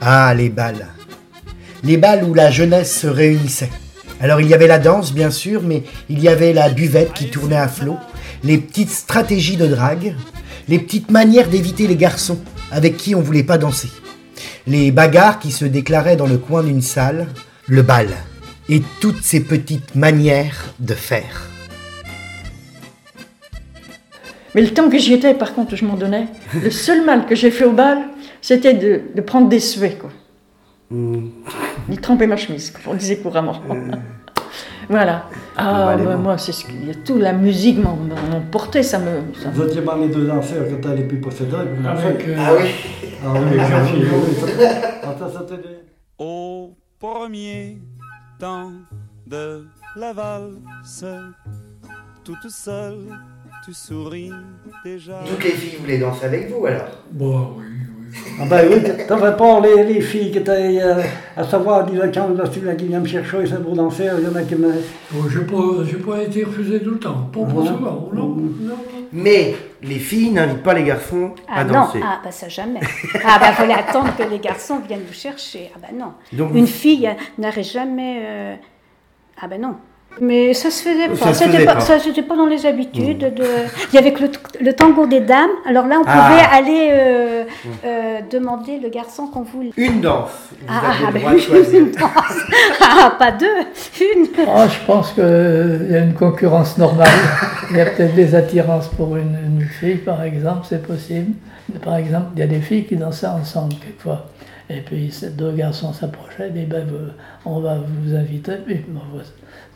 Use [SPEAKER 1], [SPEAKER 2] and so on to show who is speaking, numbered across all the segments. [SPEAKER 1] Ah, les balles. Les balles où la jeunesse se réunissait. Alors il y avait la danse, bien sûr, mais il y avait la buvette qui tournait à flot, les petites stratégies de drague, les petites manières d'éviter les garçons avec qui on voulait pas danser, les bagarres qui se déclaraient dans le coin d'une salle, le bal, et toutes ces petites manières de faire.
[SPEAKER 2] Mais le temps que j'y étais, par contre, je m'en donnais. Le seul mal que j'ai fait au bal, c'était de, de prendre des suets, quoi. Hmm. Ni tremper ma chemise, comme on disait couramment. voilà. Euh. Ah,
[SPEAKER 1] Globalement.
[SPEAKER 2] bah, moi, c'est ce qu'il y a. Tout la musique m'en- m'emportait, ça me. ça me-
[SPEAKER 3] Vous étiez parmi deux danseurs quand t'as les plus possédés.
[SPEAKER 4] Avec, euh,
[SPEAKER 3] Ah oui,
[SPEAKER 4] Avec
[SPEAKER 3] ah
[SPEAKER 4] un
[SPEAKER 3] oui,
[SPEAKER 4] fil.
[SPEAKER 3] oui, ça- ah, ça, ça te dit.
[SPEAKER 5] Au premier temps de la valse, toute seule, tu souris déjà.
[SPEAKER 1] Toutes les filles voulaient danser avec vous alors
[SPEAKER 4] Bah oui, oui.
[SPEAKER 3] Ah ben oui, t'avais pas les, les filles qui étaient, euh, à savoir, disaient quand là, celui-là qui vient me chercher, c'est pour danser, il y en a qui me...
[SPEAKER 4] Bon, J'ai pas, j'ai pas été refusé tout le temps. Pas, pas
[SPEAKER 3] Ah.
[SPEAKER 4] souvent, non. non.
[SPEAKER 6] Mais les filles n'invitent pas les garçons à
[SPEAKER 7] Ah non,
[SPEAKER 6] danser.
[SPEAKER 7] ah bah ça jamais. Ah bah fallait attendre que les garçons viennent nous chercher. Ah bah non.
[SPEAKER 6] Donc,
[SPEAKER 7] Une fille n'aurait jamais. euh, Ah ben non. Mais ça se faisait pas.
[SPEAKER 6] Ça se
[SPEAKER 7] C'était
[SPEAKER 6] faisait
[SPEAKER 7] pas,
[SPEAKER 6] pas. Mmh.
[SPEAKER 7] ça, c'était pas dans les habitudes. De... Il y avait que le, le tango des dames. Alors là, on pouvait
[SPEAKER 6] Ah. Mmh.
[SPEAKER 7] aller euh, euh, demander le garçon qu'on voulait.
[SPEAKER 6] une danse. Vous
[SPEAKER 7] Ah, ah,
[SPEAKER 6] avez le
[SPEAKER 7] ben
[SPEAKER 6] droit de choisir.
[SPEAKER 7] une danse. Ah, pas deux, une.
[SPEAKER 8] Ah, je pense qu'il y a une concurrence normale. Il y a peut-être des attirances pour une, une fille, par exemple, c'est possible. Par exemple, il y a des filles qui dansaient ensemble, quelquefois. Et puis, ces deux garçons s'approchaient, et ben, vous- on va vous inviter. Mais, bon, vous-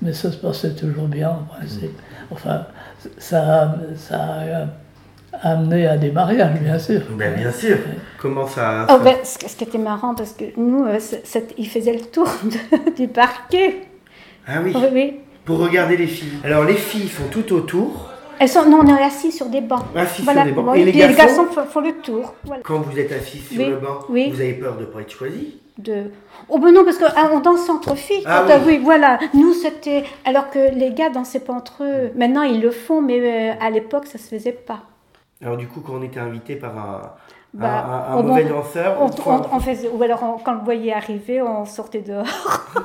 [SPEAKER 8] mais ça se passait toujours bien, en principe. Enfin, ça, ça a amené à des mariages, bien sûr.
[SPEAKER 6] Ben, bien sûr. Comment ça...
[SPEAKER 7] Oh,
[SPEAKER 6] ça-
[SPEAKER 7] ben, ce, ce qui était marrant, parce que nous, euh, c'est- c'est- il faisait le tour de- du parquet.
[SPEAKER 6] Ah oui,
[SPEAKER 7] Oui, oui.
[SPEAKER 6] pour regarder les filles. Alors les filles sont tout autour.
[SPEAKER 7] Elles sont, non, on est assis sur des bancs.
[SPEAKER 6] Assis sur des bancs.
[SPEAKER 7] bon,
[SPEAKER 6] Et
[SPEAKER 7] et
[SPEAKER 6] les
[SPEAKER 7] puis les
[SPEAKER 6] garçons
[SPEAKER 7] garçons, font, font le tour. Voilà.
[SPEAKER 6] Quand vous êtes assis sur
[SPEAKER 7] Oui,
[SPEAKER 6] le banc,
[SPEAKER 7] oui.
[SPEAKER 6] vous avez peur de ne pas être choisi.
[SPEAKER 7] De... Oh ben non, parce qu'on danse entre filles.
[SPEAKER 6] Ah
[SPEAKER 7] quand- euh,
[SPEAKER 6] oui.
[SPEAKER 7] voilà. Nous, c'était... Alors que les gars dansaient pas entre eux. Maintenant, ils le font, mais euh, à l'époque, ça se faisait pas.
[SPEAKER 6] Ah, Alors du coup, quand on était invité par un,
[SPEAKER 7] Bah,
[SPEAKER 6] un- un- un
[SPEAKER 7] on-
[SPEAKER 6] ah, mauvais
[SPEAKER 7] on-
[SPEAKER 6] danseur,
[SPEAKER 7] On,
[SPEAKER 6] prend-
[SPEAKER 7] on- on faisait... Ou alors, on- quand on le voyait arriver, on sortait dehors.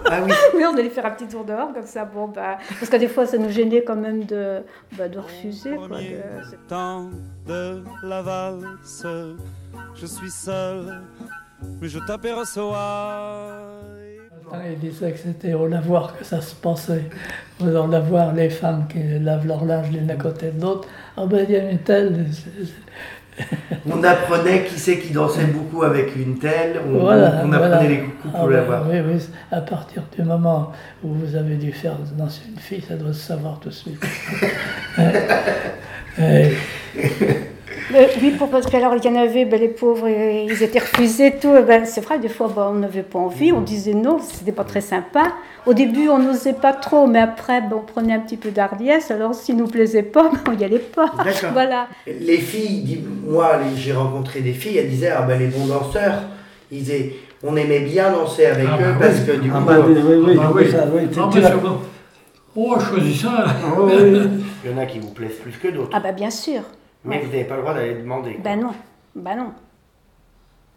[SPEAKER 6] Ah oui,
[SPEAKER 7] Oui, on allait faire un petit tour dehors, comme ça. Bon, bah... Parce que des fois, ça nous gênait quand même de, bah, de refuser.
[SPEAKER 5] Au
[SPEAKER 7] Quoi,
[SPEAKER 5] premier
[SPEAKER 7] de-
[SPEAKER 5] temps de la valse, je suis seul, mais je t'aperçois.
[SPEAKER 8] Quand Il disait que c'était au lavoir que ça se passait. Au lavoir, les femmes qui lavent leur linge l'une à côté de l'autre. Ah ben, il y a une telle. c'est- c'est-
[SPEAKER 6] on apprenait qui c'est qui dansait beaucoup avec une telle. On,
[SPEAKER 8] Voilà,
[SPEAKER 6] on apprenait
[SPEAKER 8] voilà.
[SPEAKER 6] les coucous
[SPEAKER 8] Ah
[SPEAKER 6] pour
[SPEAKER 8] ben,
[SPEAKER 6] la voir.
[SPEAKER 8] Oui, oui. c'est- À partir du moment où vous avez dû faire danser une fille, ça doit se savoir tout de suite. Eh, eh,
[SPEAKER 7] Euh, oui, pour, parce que alors il y en avait, ben, les pauvres, euh, ils étaient refusés, tout. Ben, c'est vrai, des fois, ben, on n'avait pas envie, on disait non, c'était pas très sympa. Au début, on n'osait pas trop, mais après, ben, on prenait un petit peu d'ardiesse. Alors, s'il nous plaisait pas, ben, on y allait pas.
[SPEAKER 6] D'accord.
[SPEAKER 7] Voilà.
[SPEAKER 6] Les filles, dis- moi les- j'ai rencontré des filles, elles disaient, ah ben les bons danseurs, ils disaient, on aimait bien danser avec
[SPEAKER 4] Ah
[SPEAKER 6] eux
[SPEAKER 4] bah
[SPEAKER 6] parce
[SPEAKER 4] oui.
[SPEAKER 6] que du
[SPEAKER 3] Ah
[SPEAKER 6] coup,
[SPEAKER 3] ben oui,
[SPEAKER 6] euh,
[SPEAKER 3] oui, oui,
[SPEAKER 4] Ah
[SPEAKER 3] oui, ça, oui, tu-
[SPEAKER 4] Ah,
[SPEAKER 3] tu
[SPEAKER 4] ben,
[SPEAKER 3] l'as-
[SPEAKER 4] sûrement. Oh, je choisis ça.
[SPEAKER 3] Ah oui, oui, oui.
[SPEAKER 6] il y en a qui vous plaisent plus que d'autres.
[SPEAKER 7] Ah, ben, bien sûr.
[SPEAKER 6] Mais vous n'avez pas le droit d'aller demander.
[SPEAKER 7] Ben non, ben non.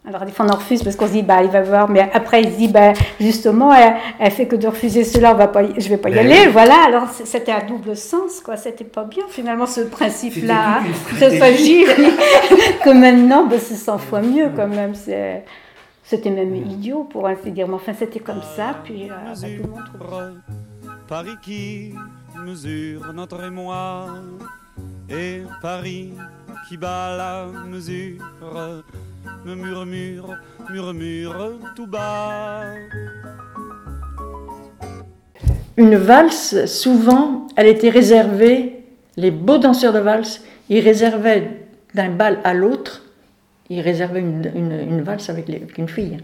[SPEAKER 7] Alors des fois on en refuse parce qu'on se dit bah il va voir, mais après il se dit bah justement elle, elle fait que de refuser cela, on va pas, y- je vais pas y
[SPEAKER 6] Ben
[SPEAKER 7] aller, voilà. Alors c- c'était à double sens quoi, c'était pas bien finalement ce principe-là.
[SPEAKER 6] C'était
[SPEAKER 7] Ça
[SPEAKER 6] toute une stratégie.
[SPEAKER 7] s'agit que maintenant bah, c'est 100 fois mieux quand même. C'est- C'était même idiot pour ainsi dire, mais enfin c'était comme
[SPEAKER 6] Ah,
[SPEAKER 7] ça. Puis euh, bah, tout le monde trouve.
[SPEAKER 5] mesure, Paris qui mesure notre émoi, et Paris qui bat la mesure, me murmure, murmure tout bas.
[SPEAKER 2] Une valse, souvent, elle était réservée, les beaux danseurs de valse, ils réservaient d'un bal à l'autre, ils réservaient une, une- une valse avec, les- avec une fille.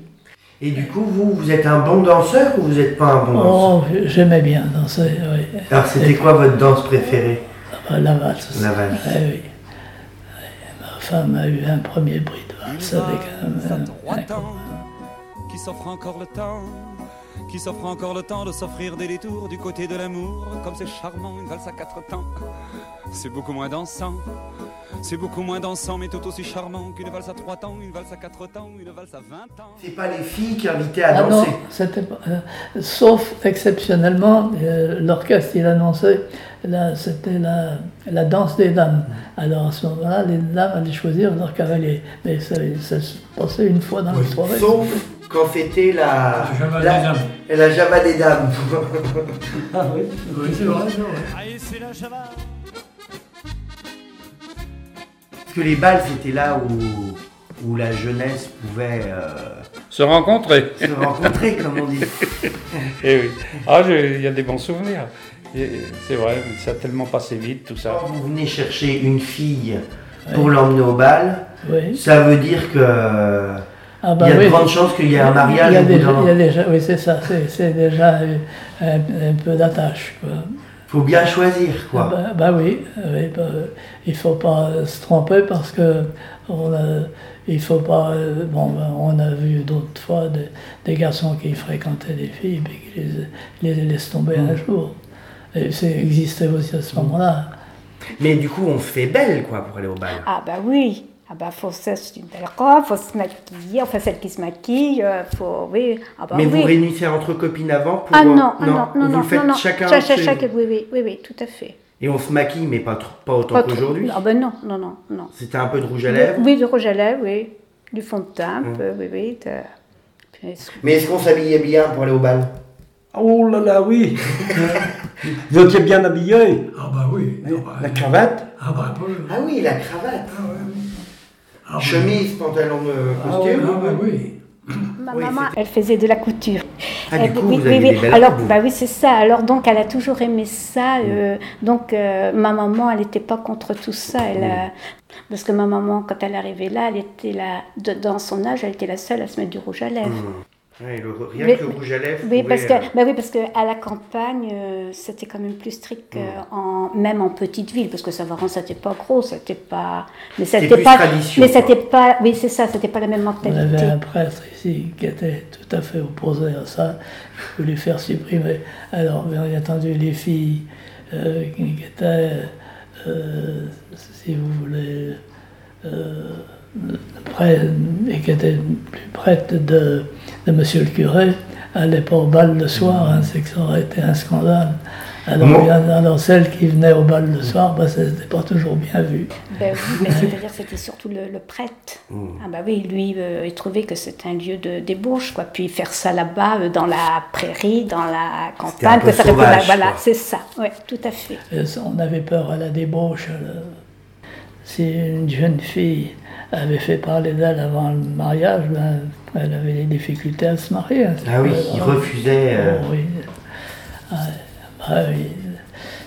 [SPEAKER 6] Et du coup, vous, vous êtes un bon danseur ou vous n'êtes pas un bon danseur
[SPEAKER 8] oh, j'aimais bien danser. Oui.
[SPEAKER 6] Alors c'était quoi votre danse préférée
[SPEAKER 8] Ah ben, la valse.
[SPEAKER 6] La valse.
[SPEAKER 8] Eh oui. Eh, Ma femme a eu un premier prix de
[SPEAKER 5] Il
[SPEAKER 8] valse avec
[SPEAKER 5] valse à
[SPEAKER 8] un- un-
[SPEAKER 5] trois temps, qui s'offre encore le temps, qui qui s'offre encore le temps de s'offrir des détours du côté de l'amour. Comme c'est charmant, une valse à quatre temps. C'est beaucoup moins dansant. C'est beaucoup moins dansant, mais tout aussi charmant qu'une valse à trois temps, une valse à quatre temps, une valse à vingt ans.
[SPEAKER 6] C'est pas les filles qui invitaient à
[SPEAKER 8] Ah non,
[SPEAKER 6] danser.
[SPEAKER 8] c'était pas- euh, sauf exceptionnellement, euh, l'orchestre il annonçait, là, c'était la, la danse des dames. Alors à ce moment-là, les dames allaient choisir leur cavalier. Mais ça, ça se passait une fois dans le
[SPEAKER 4] Oui,
[SPEAKER 8] la soirée.
[SPEAKER 6] Sauf quand c'était la.
[SPEAKER 4] C'est Java
[SPEAKER 6] la-
[SPEAKER 4] des dames.
[SPEAKER 6] La Java des dames.
[SPEAKER 3] Ah oui.
[SPEAKER 4] Oui, c'est vrai, c'est vrai.
[SPEAKER 5] Allez, Ah, c'est la java.
[SPEAKER 6] Parce que les balles, c'était là où, où la jeunesse pouvait euh,
[SPEAKER 9] Se rencontrer.
[SPEAKER 6] se rencontrer, comme on dit.
[SPEAKER 9] Eh oui. Ah, je- il y a des bons souvenirs. Et- C'est vrai, ça a tellement passé vite, tout ça.
[SPEAKER 6] Quand vous venez chercher une fille pour l'emmener au bal,
[SPEAKER 8] Oui.
[SPEAKER 6] ça veut dire que.
[SPEAKER 8] Ah
[SPEAKER 6] Il
[SPEAKER 8] bah
[SPEAKER 6] y a de
[SPEAKER 8] oui.
[SPEAKER 6] grandes chances qu'il y ait un mariage
[SPEAKER 8] Il y a
[SPEAKER 6] au bout
[SPEAKER 8] déjà,
[SPEAKER 6] d'un an.
[SPEAKER 8] il y a déjà- oui, c'est ça, c'est, c'est déjà euh, un, un peu d'attache. quoi.
[SPEAKER 6] Faut bien choisir, quoi.
[SPEAKER 8] Ah bah, bah oui, oui, bah, euh, il ne faut pas euh, se tromper parce que on a- il faut pas. euh, bon, ben, on a vu d'autres fois des, des garçons qui fréquentaient des filles et qui les, les laissent tomber un jour. Et ça existait aussi à ce moment-là.
[SPEAKER 6] Mais du coup, on se fait belle, quoi, pour aller au bal.
[SPEAKER 7] Ah bah oui, ah bah faut s'acheter une belle robe, faut se maquiller, enfin celle qui se maquille, euh, faut oui, ah bah
[SPEAKER 6] Mais
[SPEAKER 7] oui.
[SPEAKER 6] vous réunissez entre copines avant pour.
[SPEAKER 7] ah
[SPEAKER 6] euh,
[SPEAKER 7] non, ah non, non,
[SPEAKER 6] vous
[SPEAKER 7] non,
[SPEAKER 6] le faites
[SPEAKER 7] non, non.
[SPEAKER 6] chacun.
[SPEAKER 7] Cha- cha-
[SPEAKER 6] chez-
[SPEAKER 7] chaque- oui, oui, oui, oui, tout à fait.
[SPEAKER 6] Et on se maquille, mais pas, trop- pas autant
[SPEAKER 7] Pas trop-
[SPEAKER 6] qu'aujourd'hui.
[SPEAKER 7] Ah bah non, non, non, non.
[SPEAKER 6] C'était un peu de rouge à lèvres.
[SPEAKER 7] Oui, du rouge à lèvres, oui, du fond de teint,
[SPEAKER 6] Mmh.
[SPEAKER 7] un peu, oui, oui. de- puis-
[SPEAKER 6] Mais est-ce qu'on s'habillait bien pour aller au bal
[SPEAKER 3] Oh là là, oui. Vous étiez bien habillé.
[SPEAKER 4] Ah bah oui. Ah bah,
[SPEAKER 3] La cravate.
[SPEAKER 4] ah bah, pas le-
[SPEAKER 6] Ah oui, la cravate.
[SPEAKER 4] ah
[SPEAKER 6] Chemise, pantalon, euh,
[SPEAKER 4] oui.
[SPEAKER 6] costume.
[SPEAKER 4] Ah bah oui.
[SPEAKER 7] Ma
[SPEAKER 6] Oui,
[SPEAKER 7] maman, elle faisait de la couture.
[SPEAKER 6] Ah,
[SPEAKER 7] Elle-
[SPEAKER 6] du coup, vous avez des belles
[SPEAKER 7] Alors,
[SPEAKER 6] robes. Mmh.
[SPEAKER 7] bah oui, c'est ça. Alors, donc, elle a toujours aimé ça. euh, donc, euh, ma maman, elle n'était pas contre tout ça.
[SPEAKER 6] Mmh.
[SPEAKER 7] Elle, euh, parce que ma maman, quand elle arrivait là, elle était là, de- dans son âge, elle était la seule à se mettre du rouge à lèvres.
[SPEAKER 6] Ouais, le- rien
[SPEAKER 7] Mais-
[SPEAKER 6] que le rouge à lèvres.
[SPEAKER 7] Oui,
[SPEAKER 6] pouvait,
[SPEAKER 7] parce que,
[SPEAKER 6] euh,
[SPEAKER 7] bah oui, parce que à la campagne, euh, c'était quand même plus strict, que
[SPEAKER 6] Hmm.
[SPEAKER 7] en, même en petite ville, parce que Savaran, ça n'était pas gros, ça n'était pas, mais ça
[SPEAKER 6] C'était
[SPEAKER 7] n'était
[SPEAKER 6] plus
[SPEAKER 7] pas,
[SPEAKER 6] tradition,
[SPEAKER 7] mais
[SPEAKER 6] quoi.
[SPEAKER 7] ça n'était pas, oui, c'est ça, c'était pas la même
[SPEAKER 8] On
[SPEAKER 7] mentalité.
[SPEAKER 8] avait un prêtre ici qui était tout à fait opposé à ça, qui voulait faire supprimer. Alors, bien entendu, les filles euh, qui qui étaient, euh, si vous voulez, euh, près- et qui étaient plus prêtes de, de monsieur le curé, n'allaient pas au bal le soir, hein, c'est que ça aurait été un scandale. Alors,
[SPEAKER 6] Moi-
[SPEAKER 8] bien- alors, celles qui venaient au bal le soir, bah, ça n'était pas toujours bien vu.
[SPEAKER 7] Ben oui, ben c'est-à-dire que c'était surtout le, le prêtre.
[SPEAKER 6] Hmm.
[SPEAKER 7] Ah bah oui, lui, euh, il trouvait que c'était un lieu de débauche, quoi. Puis faire ça là-bas, euh, dans la prairie, dans la
[SPEAKER 6] C'était un
[SPEAKER 7] campagne,
[SPEAKER 6] peu
[SPEAKER 7] que ça répondait à-
[SPEAKER 6] sauvage,
[SPEAKER 7] Voilà,
[SPEAKER 6] quoi.
[SPEAKER 7] c'est ça, ouais, tout à fait.
[SPEAKER 8] Euh, ça, On avait peur à la débauche. euh, Si une jeune fille avait fait parler d'elle avant le mariage, ben, elle avait des difficultés à se marier. hein.
[SPEAKER 6] Ah oui, il
[SPEAKER 8] Euh,
[SPEAKER 6] refusait. euh,
[SPEAKER 8] oh, oui. Ah, bah oui.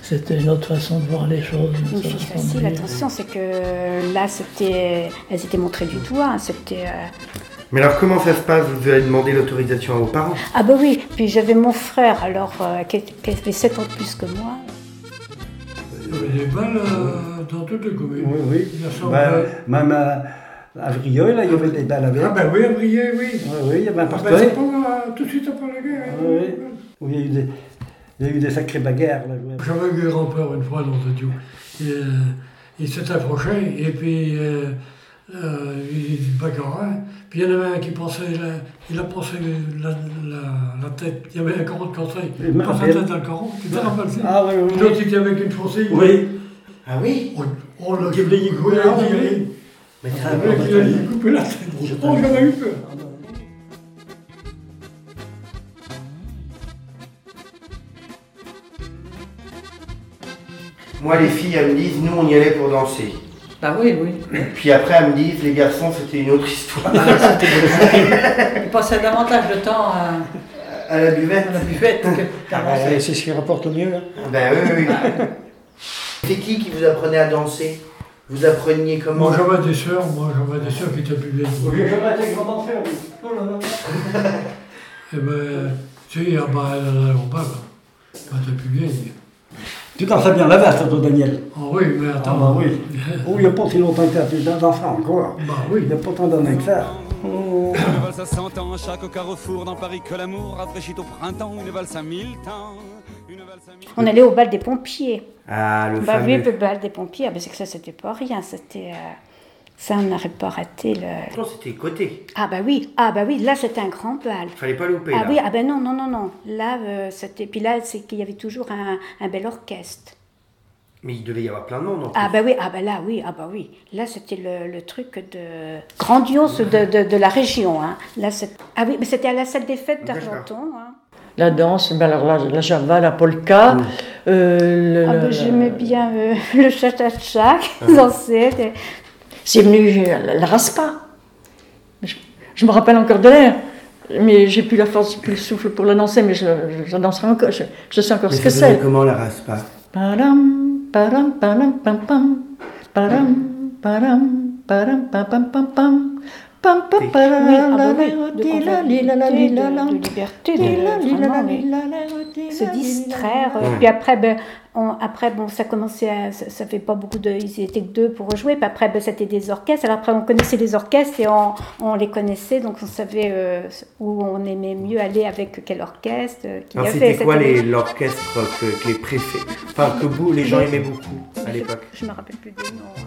[SPEAKER 8] C'était une autre façon de voir les choses.
[SPEAKER 7] Une
[SPEAKER 8] ça,
[SPEAKER 7] fille
[SPEAKER 8] on
[SPEAKER 7] facile,
[SPEAKER 8] dit.
[SPEAKER 7] attention, c'est que là, c'était, elles étaient montrées du doigt, hein, c'était... euh,
[SPEAKER 6] Mais alors, comment ça se passe Vous allez demander l'autorisation à vos parents
[SPEAKER 7] Ah bah oui, puis j'avais mon frère, alors, euh, qui qui avait 7 ans de plus que moi.
[SPEAKER 4] Il y avait des balles euh, dans toutes les communes.
[SPEAKER 3] Oui, oui.
[SPEAKER 4] Il y a ça,
[SPEAKER 3] Ben,
[SPEAKER 4] euh,
[SPEAKER 3] même à, à Vrieux, là, il y avait des belles avec.
[SPEAKER 4] Ah bah oui, à Briey, oui.
[SPEAKER 3] Oui, oui, il y avait un
[SPEAKER 4] Ah bah, c'est
[SPEAKER 3] parquet.
[SPEAKER 4] pas, euh, tout de suite après la guerre. hein.
[SPEAKER 3] Oui, oui. Où il y a eu des, il y a eu des sacrées bagarres. Là, ouais.
[SPEAKER 4] J'avais eu grand-peur une fois dans le duo. Il, euh, il s'est approché et puis euh, euh, il bagarrait. Puis il y en avait un qui pensait, la, il a pensé la, la- la tête. Il y avait un caron de conseil.
[SPEAKER 3] Il
[SPEAKER 4] Il
[SPEAKER 3] me
[SPEAKER 4] pensait la
[SPEAKER 3] rappelle.
[SPEAKER 4] tête dans le caron. Tu te rappelles ça
[SPEAKER 3] Ah oui, oui, oui.
[SPEAKER 4] L'autre était avec une faucille.
[SPEAKER 3] Oui,
[SPEAKER 6] Ah oui
[SPEAKER 4] On, on l'a
[SPEAKER 3] Qui voulait y couper
[SPEAKER 4] on
[SPEAKER 3] la
[SPEAKER 4] l'a
[SPEAKER 3] tête.
[SPEAKER 4] viré.
[SPEAKER 6] Mais
[SPEAKER 4] Le mec, il a dit, coupez la tête. Oh, j'avais eu peur.
[SPEAKER 6] Moi, les filles, elles me disent, nous, on y allait pour danser.
[SPEAKER 10] Bah oui, oui.
[SPEAKER 6] Puis après, elles me disent, les garçons, c'était une autre histoire.
[SPEAKER 10] Ils passaient davantage de temps euh, à,
[SPEAKER 6] à la buvette.
[SPEAKER 10] à la buvette que qu'à manger.
[SPEAKER 3] Ah, c'est ce qui rapporte le mieux. hein.
[SPEAKER 6] Ben oui, oui, oui. C'est qui qui vous apprenait à danser Vous appreniez comment
[SPEAKER 4] Moi j'avais des sœurs, moi j'avais des sœurs qui étaient plus vieilles.
[SPEAKER 3] jamais été grand danseur. lui. Oh là là.
[SPEAKER 4] Eh ben, tu sais, ah bah, elle allait au bal. Bah, t'es plus vieille.
[SPEAKER 3] Tu dansais bien la veste, toi, Daniel.
[SPEAKER 4] Ah oui, mais attends.
[SPEAKER 3] Ah bah oui. Oh, il n'y a pas si longtemps que ça, tu danses encore.
[SPEAKER 4] Bah
[SPEAKER 3] Il
[SPEAKER 4] oui.
[SPEAKER 3] n'y a pas tant d'années que ça.
[SPEAKER 5] Une valse valse à 100 ans, chaque carrefour dans Paris que l'amour rafraîchit au printemps, une valse à mille temps, une valse à mille
[SPEAKER 7] On allait au bal des pompiers.
[SPEAKER 6] Ah, le
[SPEAKER 7] Bah
[SPEAKER 6] fameux.
[SPEAKER 7] oui, le bal des pompiers, ah, ben, c'est que ça, c'était pas rien. C'était. euh, Ça, on n'aurait pas raté le.
[SPEAKER 6] Pourtant, c'était coté.
[SPEAKER 7] Ah, bah oui, ah, bah oui, là, c'était un grand bal.
[SPEAKER 6] Fallait pas louper,
[SPEAKER 7] Ah
[SPEAKER 6] là.
[SPEAKER 7] oui, ah ben non, non, non, non. Là, euh, c'était. Puis là, c'est qu'il y avait toujours un, un bel orchestre.
[SPEAKER 6] Mais il devait y avoir plein de monde, en
[SPEAKER 7] Ah bah oui, ah bah là, oui, ah bah oui. Là, c'était le, le truc de grandiose de, de- de la région. Hein. Là, c'est- ah oui, mais c'était à la salle des fêtes d'Argenton. hein.
[SPEAKER 2] La danse, ben alors la, la java, la polka, euh, le-
[SPEAKER 7] Ah
[SPEAKER 2] le-
[SPEAKER 7] bah,
[SPEAKER 2] le-
[SPEAKER 7] J'aimais bien euh, le cha-cha-cha, danser. des-
[SPEAKER 2] c'est venu euh, la, la raspa. Je, je me rappelle encore de l'air, mais j'ai plus la force, plus le souffle pour la danser, mais je, je- je danserai encore, je, je sais encore
[SPEAKER 6] Mais
[SPEAKER 2] ce que
[SPEAKER 6] ça donnait
[SPEAKER 2] c'est.
[SPEAKER 6] comment la raspa
[SPEAKER 2] Param, param, param, pam, pam, param, param, param, pam, pam, pam, pam. Pam, pam, param,
[SPEAKER 7] Oui, ah bah
[SPEAKER 2] la,
[SPEAKER 7] oui,
[SPEAKER 2] la,
[SPEAKER 7] de
[SPEAKER 2] di, la, li,
[SPEAKER 7] convivialité,
[SPEAKER 2] la, la, li, la, la.
[SPEAKER 7] de, de liberté, de,
[SPEAKER 2] Di, la, li, la, la,
[SPEAKER 7] vraiment,
[SPEAKER 2] li,
[SPEAKER 7] oui.
[SPEAKER 2] la, la, di,
[SPEAKER 7] se
[SPEAKER 2] la, li, la, la.
[SPEAKER 7] distraire.
[SPEAKER 6] Ouais.
[SPEAKER 7] Puis après, ben, on- après bon, ça commençait à, ça, ça fait pas beaucoup de. Ils étaient que deux pour jouer. Puis après, ben, c'était des orchestres. Alors après, on connaissait les orchestres et on, on les connaissait. Donc on savait euh, où on aimait mieux aller avec quel orchestre. euh, qu'il y
[SPEAKER 6] Alors,
[SPEAKER 7] avait.
[SPEAKER 6] c'était quoi
[SPEAKER 7] C'était-
[SPEAKER 6] les- l'orchestre que, que les préfets, enfin que vous, les gens aimaient beaucoup à l'époque
[SPEAKER 7] Je me rappelle plus des noms. hein.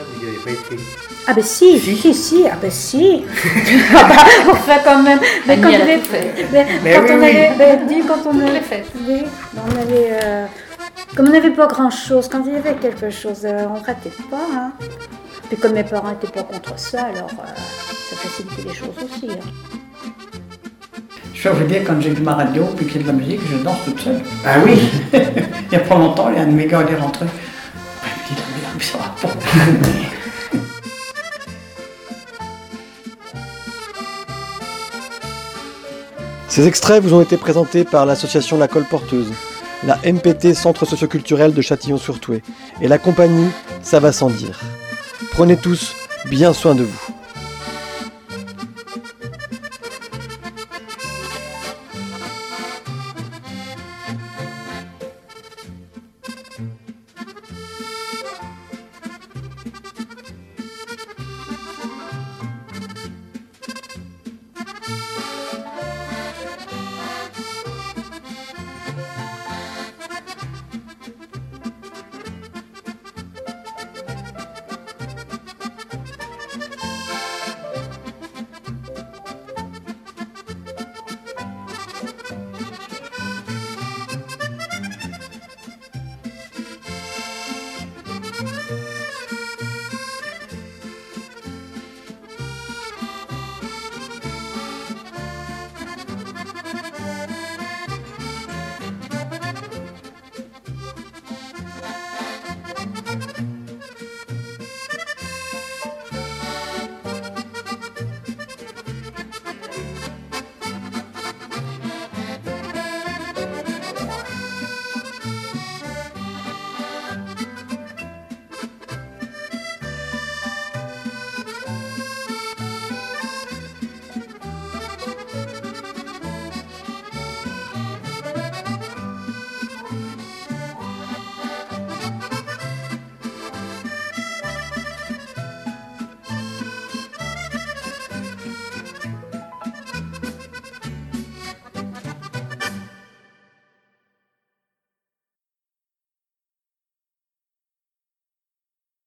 [SPEAKER 6] Ah, vous y avez pas été.
[SPEAKER 7] Ah ben si, si, si, ah ben si. Ah bah, enfin quand même. Mais quand,
[SPEAKER 10] Annie, elle
[SPEAKER 7] on
[SPEAKER 10] a
[SPEAKER 7] avait-
[SPEAKER 10] tout fait.
[SPEAKER 7] mais
[SPEAKER 6] Mais
[SPEAKER 7] quand
[SPEAKER 6] oui,
[SPEAKER 7] on
[SPEAKER 6] oui.
[SPEAKER 7] avait, ben, dis, quand on avait,
[SPEAKER 10] les fêtes.
[SPEAKER 7] oui, on avait, euh, comme on n'avait pas grand chose, quand il y avait quelque chose, euh, on ratait pas. Hein. Puis comme mes parents n'étaient pas contre ça, alors euh, ça facilitait les choses aussi. hein.
[SPEAKER 11] Je fais bien quand j'ai de ma radio puis qu'il y a de la musique, je danse toute seule.
[SPEAKER 6] Ah oui
[SPEAKER 11] Il n'y a pas longtemps, il y a un de mes gars, il est rentré. Bah, Il me dit, la merde, mais ça va pas.
[SPEAKER 12] Ces extraits vous ont été présentés par l'association La Colporteuse, la MPT Centre socioculturel de Châtillon-sur-Toué et la compagnie Ça va sans dire. Prenez tous bien soin de vous.